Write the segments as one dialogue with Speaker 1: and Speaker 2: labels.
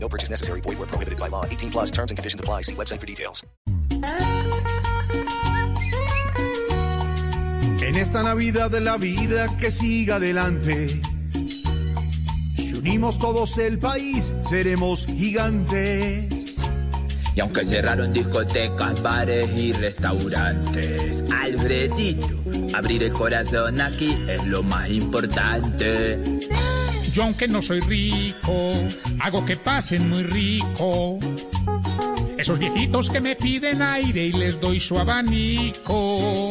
Speaker 1: No purchase necessary. Void where prohibited by law. 18 plus terms and conditions apply. See website for details.
Speaker 2: En esta Navidad de la vida que siga adelante. Si unimos todos el país, seremos gigantes.
Speaker 3: Y aunque cerraron discotecas, bares y restaurantes, Alfredito, abrir el corazón aquí es lo más importante.
Speaker 4: Yo aunque no soy rico, hago que pasen muy rico. Esos viejitos que me piden aire y les doy su abanico.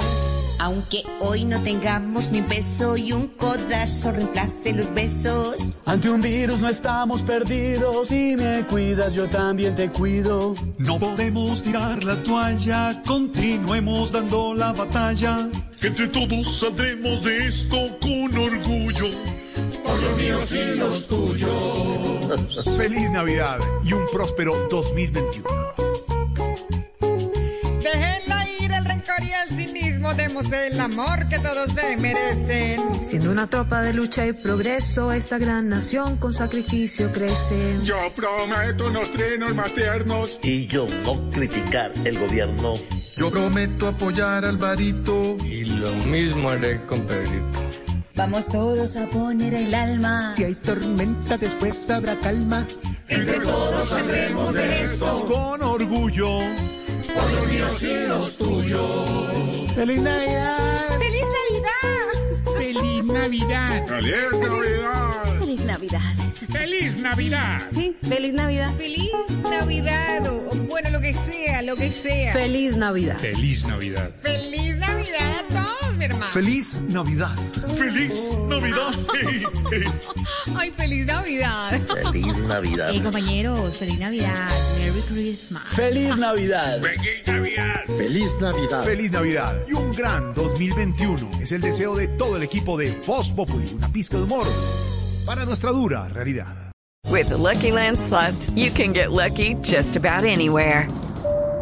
Speaker 5: Aunque hoy no tengamos ni un peso y un codazo reemplace los besos.
Speaker 6: Ante un virus no estamos perdidos. Si me cuidas, yo también te cuido.
Speaker 2: No podemos tirar la toalla, continuemos dando la batalla.
Speaker 7: Entre todos saldremos de esto con orgullo.
Speaker 8: Por los míos y los tuyos.
Speaker 2: Feliz Navidad y un próspero 2021.
Speaker 9: Déjenla ir el rencor y el cinismo, demos el amor que todos se merecen.
Speaker 10: Siendo una tropa de lucha y progreso, esta gran nación con sacrificio crece.
Speaker 11: Yo prometo unos trenos más tiernos.
Speaker 12: Y yo no criticar el gobierno.
Speaker 13: Yo prometo apoyar al varito.
Speaker 14: Y lo mismo haré con Pedrito.
Speaker 15: Vamos todos a poner el alma.
Speaker 16: Si hay tormenta, después habrá calma.
Speaker 8: Entre todos saldremos de esto.
Speaker 2: Con orgullo.
Speaker 8: Por los míos y los tuyos.
Speaker 6: ¡Feliz Navidad!
Speaker 9: ¡Feliz Navidad!
Speaker 4: ¡Feliz Navidad!
Speaker 11: ¡Feliz Navidad!
Speaker 15: ¡Feliz Navidad!
Speaker 4: ¡Feliz Navidad!
Speaker 15: Sí, feliz Navidad.
Speaker 9: ¡Feliz Navidad! O, o, bueno, lo que sea, lo que sea.
Speaker 15: ¡Feliz Navidad!
Speaker 4: ¡Feliz Navidad!
Speaker 9: ¡Feliz Navidad a todos, mi hermano!
Speaker 2: ¡Feliz Navidad!
Speaker 7: ¡Feliz Navidad!
Speaker 9: ¡Ay, feliz Navidad!
Speaker 12: ¡Feliz Navidad!
Speaker 15: Hey, compañeros, feliz Navidad. Merry Christmas.
Speaker 12: ¡Feliz Navidad!
Speaker 7: ¡Feliz Navidad!
Speaker 12: ¡Feliz Navidad!
Speaker 2: ¡Feliz Navidad! Y un gran 2021 es el deseo de todo el equipo de Voz Populi. Una pizca de humor para nuestra dura realidad.
Speaker 17: With the Lucky Land slots, you can get lucky just about anywhere.